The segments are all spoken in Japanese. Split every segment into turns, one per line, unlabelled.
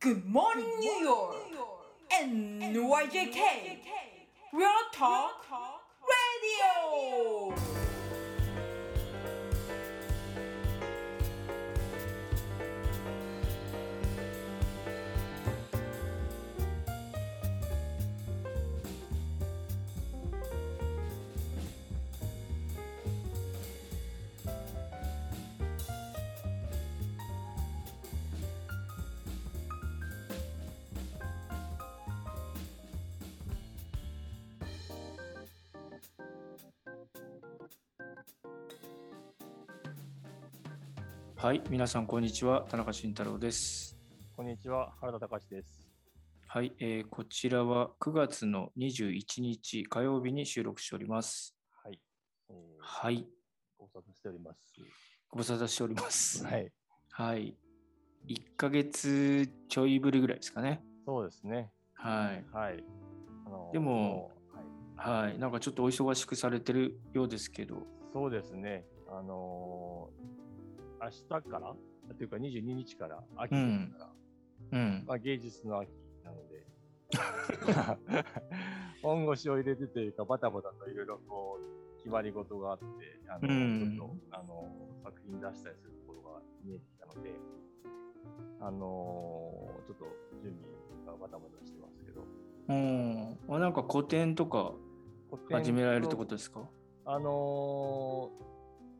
Good morning, New York! NYJK! Real Talk Radio!
はい、皆さんこんにちは、田中慎太郎です。
こんにちは、原田隆です。
はい、えーこちらは9月の21日火曜日に収録しております。
はい。えー、
はい、
ご無沙汰しております。
ご無沙汰しております。はい、
い。
1ヶ月ちょいぶりぐらいですかね。
そうですね。
はい、
はい。あの
でも、
うはい、
はい、なんかちょっとお忙しくされてるようですけど、
そうですね。あのー明日からというか22日から秋ですから、
うん、
まあ、芸術の秋なので、 本腰を入れてというか、バタバタといろいろこう、決まり事があって、あの、
うん
ちょっと、あの、作品出したりするところが見えてきたので、あのちょっと準備がバタバタしてますけど、
うん、あなんか個展とか
個展
始められるってことですか
あのー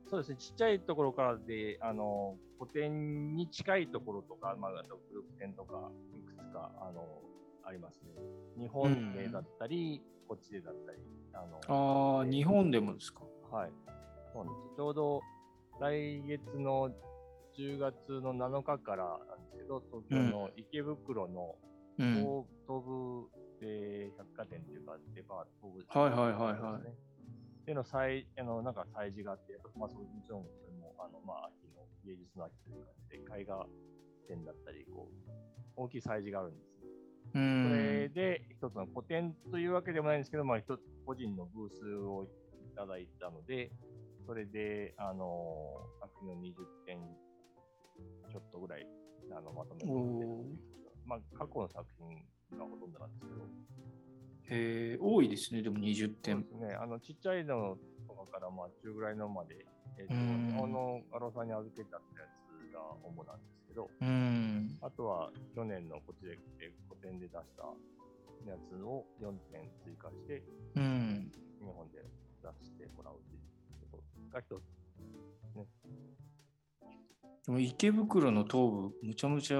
そうですね、ちっちゃいところからで、あのー古典に近いところとか、まあ、あと古典とか、いくつか、あのーありますね。日本でだったり、こっちでだったり、あの
ああ、日本でもですか
はい。そうなんです。ちょうど来月の10月の7日からなんですけど、東京の池袋の
うん、
東東武、えー百貨店というか、デパート、東武
はいはいはいはい
い。での祭、あの、なんか祭事があって、やっぱ、まあ、それもちろん、それも、あの、まあ、秋の、芸術の秋という感じで、絵画展だったり、こう、大きい祭事があるんです。
う
そ
ん、
れで、一つの個展というわけでもないんですけど、まあ、一つ、個人のブースをいただいたので、それで、あの、秋の20点、ちょっとぐらい、あの、まとめて
おー
まあ、過去の作品がほとんどなんですけど、
えー多いですね、でも20
そうで
点。
すね、あのちっちゃいのとかからまあ中ぐらいのまで、えーと
うん
日本の画廊さんに預けてあったやつが主なんですけど、
うん、
あとは去年のこっちでえー個展で出したやつを4点追加して、
うん。
日本で出してもらうということが一つ。
でも池袋の東部、むちゃむちゃ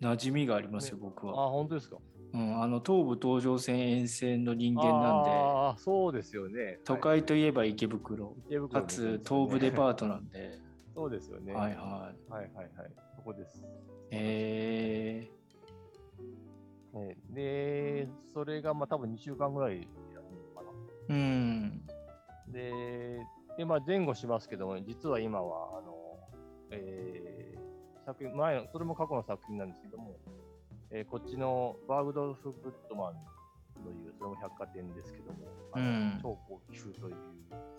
馴染みがありますよ、僕は。
あ、本当ですか。
うん、あの東武東上線沿線の人間なんで、
ああ、そうですよね。
都会といえば池袋、
はい、
かつ東武デ
ー
パートなん で、
そうですよね。
はいはい。
はいはいはい。そこです。
え
ねで、それがまあ多分2週間ぐらいやるのか
ー、う
な。
ん、
で、でまあ、前後しますけども、実は今は、あの、えー作品、前の、それも過去の作品なんですけども、えーこっちのバーグドルフ・グッドマンという、それも百貨店ですけども、あ
う
の
ん
超高級という、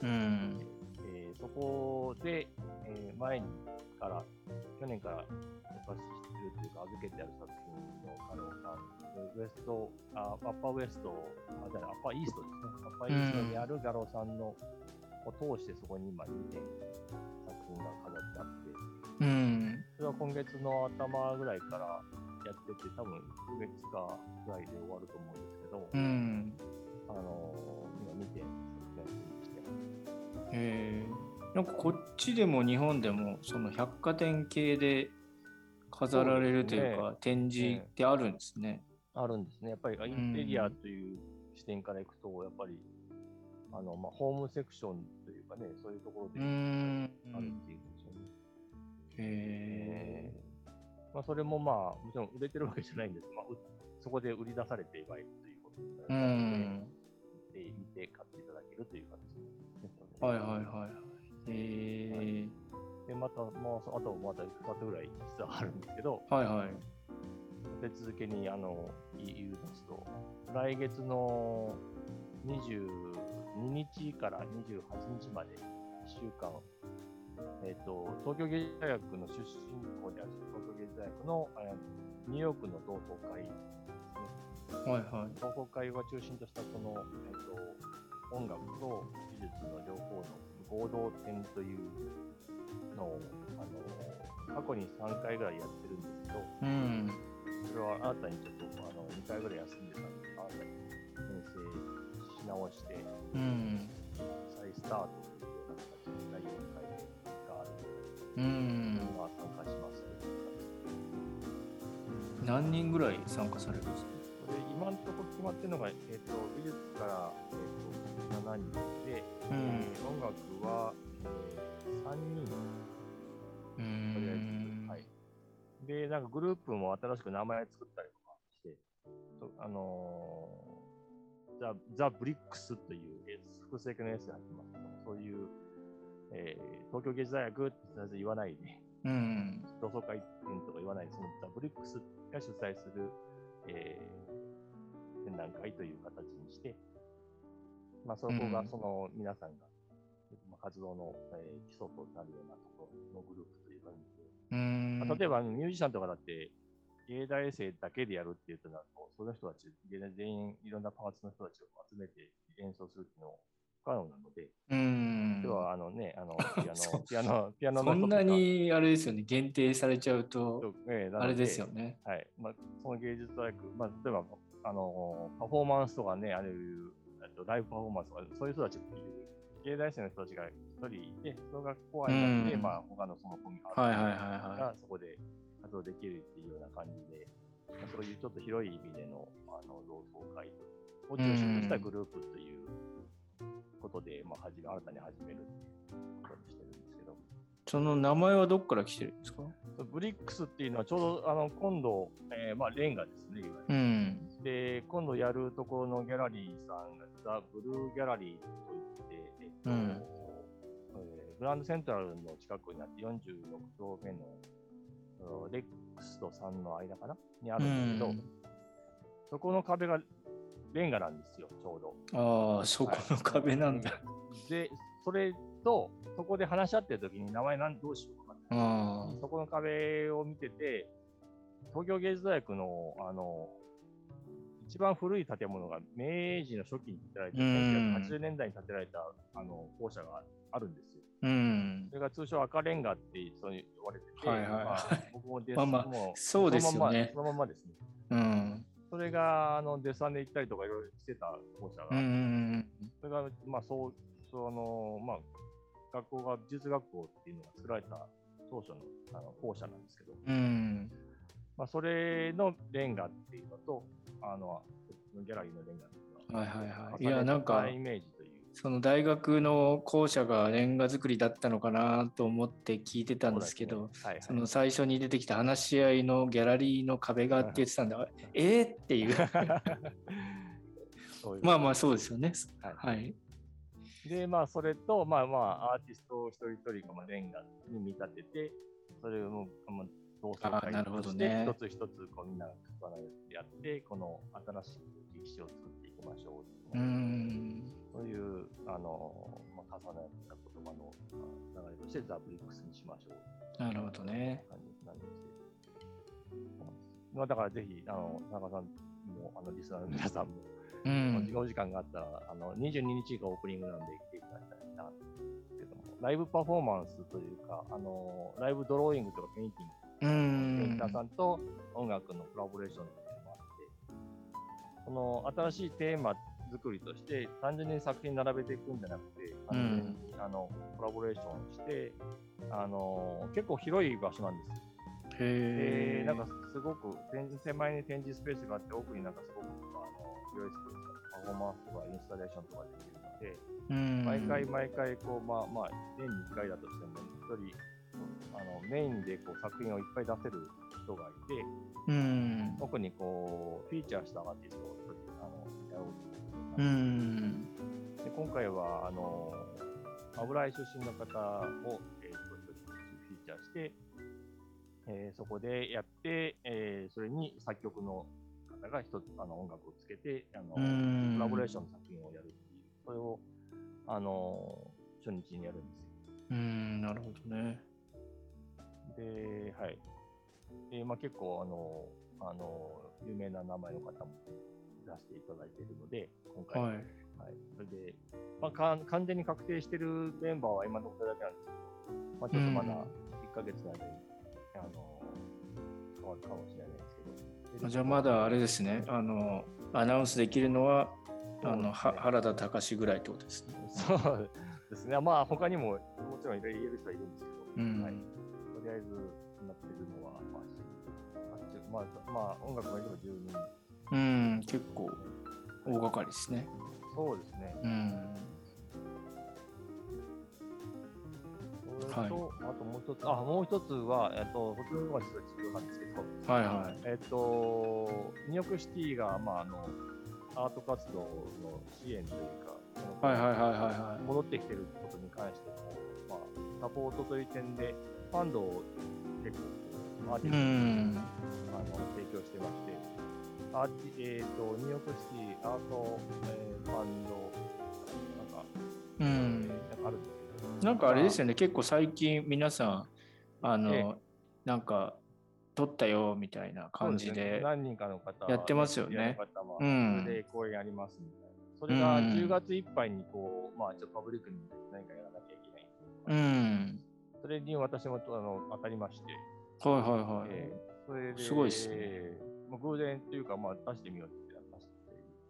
うん、
えーそこで、えー前にから、去年からお貸ししてるというか、預けてある作品の画廊さん、ウエスト、あアッパーウエスト、あ、じゃないアッパーイーストですね。アッパーイーストにある画廊さんのを通して、そこに今2点作品が飾ってあって、
うん、
それは今月の頭ぐらいからやってて、多分1ヶ月かぐらいで終わると思うんですけど、
うん。
あのー今見て、作品にしてます。
えー、なんかこっちでも日本でも、その百貨店系で飾られるというか、展示ってあるんですね。
あるんですね。やっぱりインテリアという視点からいくと、やっぱり、あの、まあ、ホームセクションというかね、そういうところ
う
で
ー
ある
ん。
っていうことですよね。
へえ。
まあ、それもまあ、もちろん売れてるわけじゃないんですまあ、うそこで売り出されていないということにな
う
るの
ん。
で、で見て買っていただけるという形ですよね。
はいはいはい。へえ。
で、また、もう、あと、また2つぐらい実はあるんですけど、
はいはい。
立て続けにあのい言うますと、来月の22日から28日まで1週間、えっと東京芸術大学の出身校である東京芸術大学のあニューヨークの同窓会
はいはい。
同窓会を中心としたこの、えっと音楽と美術の両方の合同展というのをあの過去に3回ぐらいやってるんですけど、
うん。
それは新たにちょっとあの2回ぐらい休んでたんで、新たに編成し直して、
うん。
再スタートというような形で第4回がある
うん。
ので、今参加しますという形
何人ぐらい参加されるんですか
で、これ今のところ決まってるのが、えっと美術から、えっと7人で、
うん
えー音楽は、えー3人
うー
とりあえ
ん
ず、はい。で、なんかグループも新しく名前作ったりとかして、とあのーザ・ザ・ブリックスという、えー複製系のやつが入ってますけども、そういう、えー東京芸術大学ってとりあえず言わないで、
うん。
同窓会展とか言わないで、そのザ・ブリックスが主催する、えー展覧会という形にして、まあ、そこ
う
が
ん
その皆さんが、まあ活動の、えー基礎となるようなところのグループという感じで、
うー
ま
ん。
あ例えばミュージシャンとかだって、芸大生だけでやるって言ったら、こうその人たち、芸大全員いろんなパーツの人たちを集めて演奏するっていうのも不可能なので、
うん。
今日はあのね、 あのピア
そう
ノ、ピアノ、ピアノ
そ
の人
ん
と
な
か
にあれですよね、限定されちゃう
そ
と、
うええなの
あれですよね。
はい。まあ、その芸術大学、まあ、例えば、あのパフォーマンスとかね、ああいう、えっとライブパフォーマンスとか、そういう人たちっていう、芸大生の人たちが一人いて、それが怖いなって、
うん
まあ、他のそのコミュニ
はいはいはい
ティ
は
がそこで活動できるっていうような感じで、まあ、そういうちょっと広い意味での、あの、同窓会を中心としたグループということで、まあ、始め新たに始めるっていうことにしてるんですけど。
い。その名前はどっから来てるんですか
ブリックスっていうのはちょうどあの今度、えーまあ、レンガですね、いわゆる。
うん。
で、今度やるところのギャラリーさんが、ザ・ブルーギャラリーといって、えっと
うん
えーグランドセントラルの近くにあって、46丁目のうんレックスと3の間かなにあるんですけど、そこの壁がレンガなんですよ、ちょうど。
ああ、そこの壁なんだ。
で、それと、そこで話し合ってる時に名前なんどうしようかな
あ
そこの壁を見てて、東京芸術大学の、あの、一番古い建物が明治の初期に建てられて、
うん
1980年代に建てられたあの校舎があるんですよ。
あ。うん
そ。れが通称赤レンガってそう言われてて、
はいはいはい
まあ僕もデ
まあまあ
も
そうですよね
そのままそのままですね。
うん。
それがあのデッサンで行ったりとかいろいろしてた校舎が、
うん。
それが、まあ、そう、その、まあ、学校が、美術学校っていうのが作られた当初のあの校舎なんですけど、
うん。
まあ、それのレンガっていうのと、あの、ギャラリーのレンガっていうの
はいはいはい。い
重ねた
や、なんか、
イメージという。
その大学の校舎がレンガ造りだったのかなと思って聞いてたんですけど、
そうです
そ
ね、
の最初に出てきた話し合いのギャラリーの壁があって言ってたんで、えーっていう。
はいはい。そういう
まあまあそうですよね。
はい
はい。
で、まあ、それと、まあまあ、アーティスト一人一人がまあレンガに見立てて、それをもう、まあ、同窓
あーな
会
るほ
と
ど
し
ね
て、一つ一つこうみんなが重ねてやって、この新しい歴史を作っていきましょう。
うん。
そういう、あの、まあ、重ねた言葉のまあ流れとして、ザ・ブリックスにしましょう。
なるほどね。
感じなんですよまあ、だからぜひ、あの、田中さんも、あの、リスナーの皆さんも、
う
お
ん。
お時間があったら、あの、22日がオープニングなんで来ていただきたいな、けども、ライブパフォーマンスというか、あの、ライブドローイングとかペインティング
う
ペイン
ん
ターさんと音楽のコラボレーションっていうのもあって、この新しいテーマ作りとして、単純に作品並べていくんじゃなくて、単純にあのコラボレーションして、あの結構広い場所なんですよ。
へえ。
でなんかすごく展示手前に展示スペースがあって、奥になんかすごくあの広いスペースがパフォーマンスとかインスタレーションとかできるので、
うん
毎回毎回こう、まあまあ、年に1回だとしても、一人、あのメインでこう作品をいっぱい出せる人がいて、
うん。
特にこう、フィーチャーしたアーティストを一人あのやろう
う
という、
ん。
で今回は、あの、油絵出身の方を、えー、と一人フィーチャーして、えーそこでやって、えーそれに作曲の方が一つあの音楽をつけて、あの、
うん
コラボレーションの作品をやるっていう、それを、あの、初日にやるんですよ。
ううん、なるほどね。
で、はい。で、まあ、結構、あの、あの、有名な名前の方も出していただいているので、今回、
はい。
はい、それで、まあ、かん完全に確定してるメンバーは今のところだけなんですけど、まあ、ちょっとまだ
うん
1ヶ月の間に、あの変わるかもしれないですけど。
じゃあまだあれですね、あの、アナウンスできるのは、あの、は原田隆ぐらいってことですね。
そうですね、まあ他にももちろんいろいろ言える人はいるんですけど、
うん
はい、とりあえずなってるのは、まあしあっちまあ、まあ、音楽がいれば十分、
うん、結構大掛かりですね。
そうですね、
うん。
それと、
はい
あともう一つ、あもう一つは、えっと、ほとんどは実は違うんですけど、
はいはい。
えっと、ニューヨークシティが、まあ、あの、アート活動の支援というか、その
はいはいはいはいはい
戻ってきてることに関しても、まあ、サポートという点で、ファンドを結構、アーティ
う
ストに
ん。
あの提供してまして、アーティえっと、ニューヨークシティアート、えーファンド、なんか、
う
え
ん。
ーなんかあるんですけど。
なんかあれです
よ
よね、結構最近皆さん、あ
え
の、なんか、撮ったよみたいな感じで。
何人かの方
やってますよね
知り合いの方は
うん
それで公演ありますみたいな。それが
うん
10月いっぱいにこう、まあちょっとパブリックに何かやらなきゃいけない。
うん。
それに私もあの当たりまして、
はいはいはい。
えーそれです
ごいっすね
まあ、偶然というか、まあ、出してみようって出してっ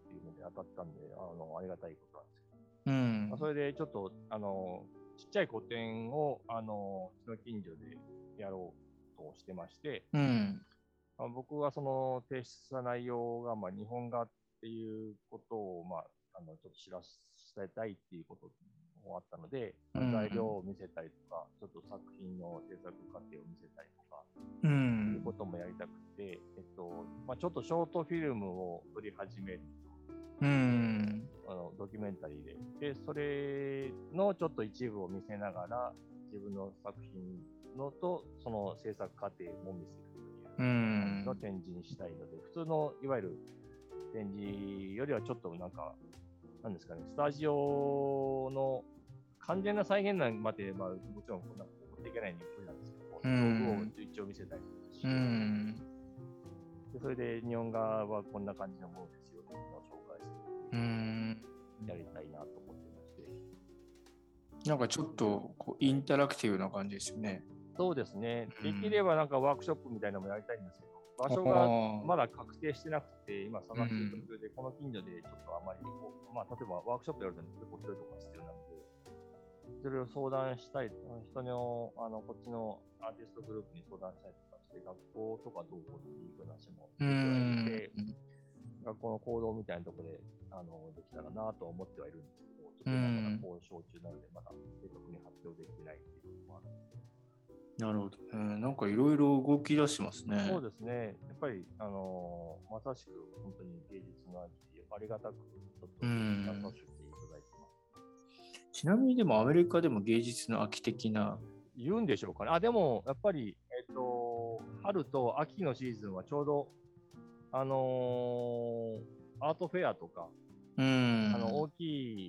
ていうので当たったんで、あのありがたいことなんですけ
うん
ど、まあ、。それでちょっとあのちっちゃい個展をあのうちの近所でやろうとしてまして、
うん。
まあ、僕はその提出した内容が、まあ、日本画っていうことを、まあ、あのちょっと知らせたいっていうこともあったので、
うん
材料を見せたりとか、ちょっと作品の制作過程を見せたりとか、
う。
いうんこともやりたくて、えっとまあ、ちょっとショートフィルムを撮り始める
うん。
あのドキュメンタリーでで、それのちょっと一部を見せながら、自分の作品のとその制作過程も見せるという。
うん。
の展示にしたいので、普通のいわゆる展示よりはちょっとなんか、なんですかね、スタジオの完全な再現なんまで、まあ、もちろんこんな持っていけない日本なんですけど、
うん
道具を一応見せたりとかして、
うん。
でそれで日本側はこんな感じのものですよっていうのを紹介す
う
る、
ん。
やりたいなと思ってまして。
なんかちょっとこうインタラクティブな感じですよね。
そうですね、
う
で
ん
きればなんかワークショップみたいなのもやりたいんですけど、場所
あ
が
ー
まだ確定してなくて、今探してる途中で、この近所でちょっとあまりこう、まあ、例えばワークショップやると結構距離とか必要なので、それを相談したり、人の、あの、こっちのアーティストグループに相談したりとかして、学校とかどうこうっていう話も
う
出て
ん
きて、。学校の行動みたいなところで、あの、できたらなとは思ってはいるんですけど、ちょっとまだ交渉中なので、まだ正確に発表できてないっていうのもある
なるほど、ね。なんかいろいろ動き出してますね。
そうですね、やっぱり、あのーまさしく本当に芸術の秋でありがたく、ちょっと
うん
出させていただいてます。
ちなみにでもアメリカでも芸術の秋的な。
言うんでしょうかね、あでもやっぱり、えっと春と秋のシーズンはちょうど、あのーアートフェアとか、
うん。
あの大き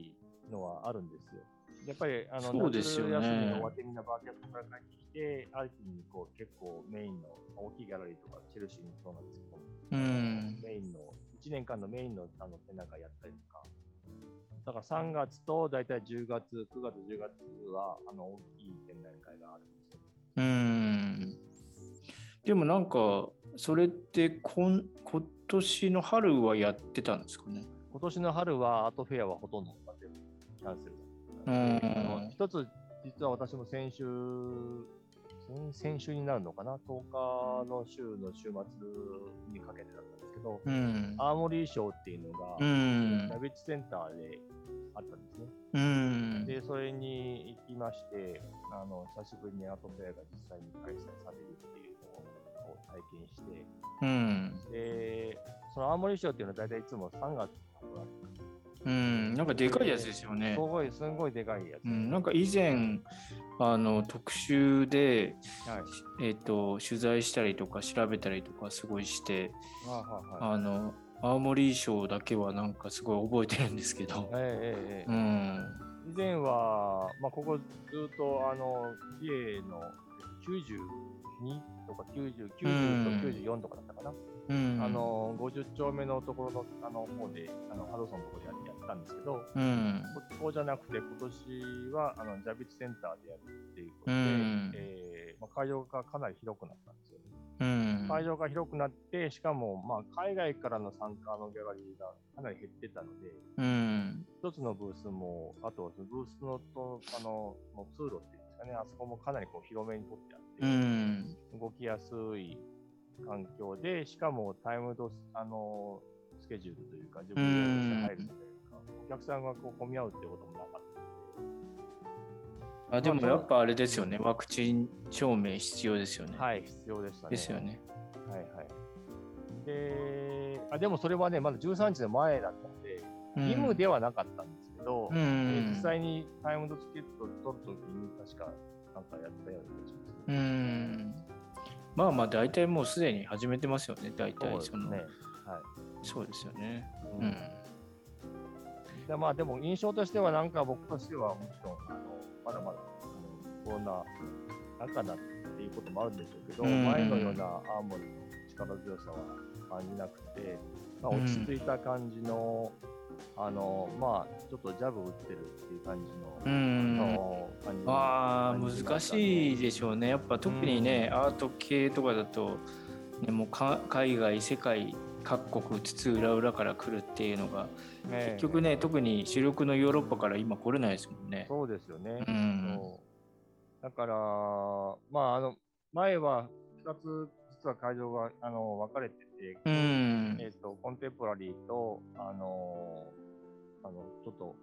いのはあるんですよ。やっぱりあの
そうですよね
夏休みが終わってみんなバーキャットから帰ってきて、秋にこう結構メインの大きいギャラリーとか、チェルシーもそうなんですけど、
うん。
メインの、1年間のメインのあの展覧会やったりとか、だから3月と大体10月、9月、10月はあの大きい展覧会があるんですよ。
うん。でもなんかそれってこん今年の春はやってたんですかね。
今年の春はアートフェアはほとんど全部キャンセル
う
だ
ん
った。あの一つ、実は私も先週、先先週になるのかな、10日の週の週末にかけてだったんですけど、
うん。
アーモリー賞っていうのが
う、ん
ラ。ビッチセンターであったんですね。
うん。
で、それに行きまして、あの久しぶりにアートフェアが実際に開催されるっていうのを体験して、
うん。
で、その青森賞っていうのは大体いつも3月に行われる
うん。なんかでかいやつですよね。
すごい、すごいでかいやつ。
うん、なんか以前あの特集で、
はい
えっと取材したりとか調べたりとかすごいして、
はいはいはい
あの青森賞だけはなんかすごい覚えてるんですけど、
ええええええ
うん、
以前は、まあ、ここずっと、あの、比叡の92とか90、90と94とかだったかな。
うん
あ、の、50丁目のところの、あの、方で、あの、ハドソンのところでややったんですけど、
うん、
ここじゃなくて、今年は、あの、ジャビッチセンターでやるっていうことで、
うん
えーまあ、会場がかなり広くなったんですよね。
うん、
会場が広くなって、しかも、まあ、海外からの参加のギャラリーがかなり減ってたので、
うん、
一つのブースも、あとはそのブースのとあのの通路っていうんですかね、あそこもかなりこう広めに取ってあ
う
って、
ん、
動きやすい環境で、しかもタイムドスあのスケジュールというか、自分で予約して入るというか、お客さんがこう混み合うってこともなかった。
あでもやっぱあれですよね、ワクチン証明必要ですよね。
はい、必要でしたね。
ですよ。ね。
はいはい。で、あでもそれはね、まだ13時の前だったので、
うん
義務ではなかったんですけど、
う
え
ん
ー実際にタイムドチケットを取るときに、確かなんかやったような気がしますね。
うんまあまあ大体もうすでに始めてますよね大体その
ね。
そうですよね
はい。
うん
うんでまあでも印象としてはなんか僕としてはもちろんあのまだまだあのコロナ中だっていうこともあるんでしょうけど、
うん
前のようなアーモリーの力強さは感じなくて、まあ、落ち着いた感じの、あのまあちょっとジャブ打ってるっていう感じの、
う
あ
ん
の感じの
あー難しいでしょうねやっぱ特にねアート系とかだとねもうか海外世界各国津々浦々から来るっていうのが
ね
結局ね特に主力のヨーロッパから今来れないですもんね。
そうですよね。
うん
そうだから、まあ、あの、前は2つ、実は会場があの分かれてて、
うん
えっ、と、コンテンポラリーと、あのーあの、ちょっと、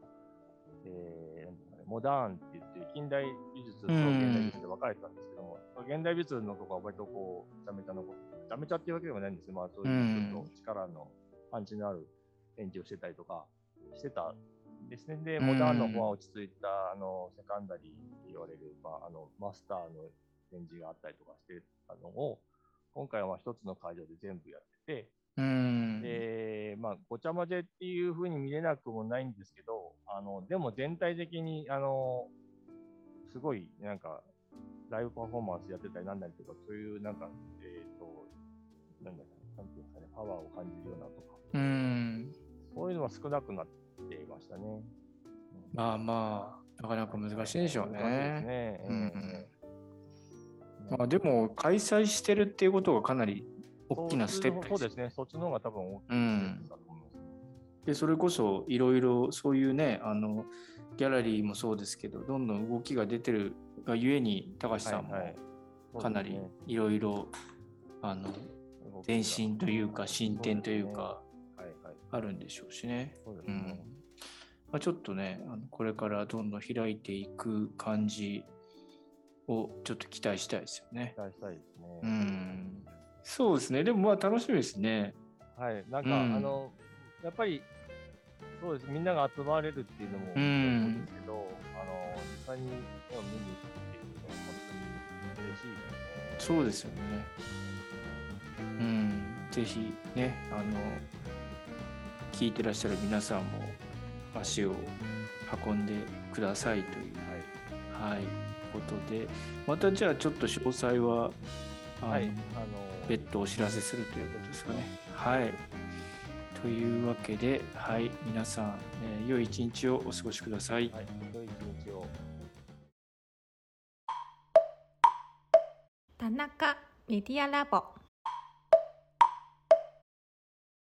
えーなんていうのかねモダンって言って、近代美術と現代美術で分かれてたんですけども、現代美術のとこは割とこう、めちゃめちゃのこ、めちゃめちゃっていうわけでもないんですけど、まあ、そういうちょっと力のパンチのある演じをしてたりとかしてたんですね。で、
うん
モダンの方は落ち着いた、あの、セカンダリーって言われる、まあ、あの、マスターの展示があったりとかしてたのを、今回は一つの会場で全部やってて、
うん
で、まあ、ごちゃ混ぜっていうふうに見れなくもないんですけど、あの、でも全体的に、あの、すごい、なんか、ライブパフォーマンスやってたりなんだりとか、そういう、なんか、えっ、と、なんだっけ、なんていうんですかね、パワーを感じるようなとか、
うん
そういうのは少なくなっていましたね。うん
まあまあなかなか難しいでしょうね。
難しいですね。
うん
ええ
まあ、でも開催してるっていうことがかなり大きなステップ
そう
で。
ですすね。そっちの方が多分大きいステップだと思います。
でそれこそいろいろそういうねあのギャラリーもそうですけどどんどん動きが出てるがゆえに高橋さん
はいはい
もかなりいろいろあの
そう
前
ですね
進というか進展というか
はいはい。
あるんでしょうしね。
そうです
う
ね
ん。まあ、ちょっとねあのこれからどんどん開いていく感じをちょっと期待したいですよね
期。待したいですね。
うんそうですねでもまあ楽しみですね。
はい、なんか、
うん
あの、やっぱり、そうです、みんなが集まれるっていうのも、
うん
そうですけど、あの、実際に絵を見に行くっていうのは、本当に嬉しいですね。
そうですよね。うん、ぜひね、あの、聞いてらっしゃる皆さんも足を運んでくださいという、
はい、
はい、ことで、またじゃあちょっと詳細は、あの
はい、あの、
別途お知らせするということですかね。はい。というわけで、はい、皆さん、えー良い一日をお過ごしください。
はい、良い一日を。
田中メディアラボ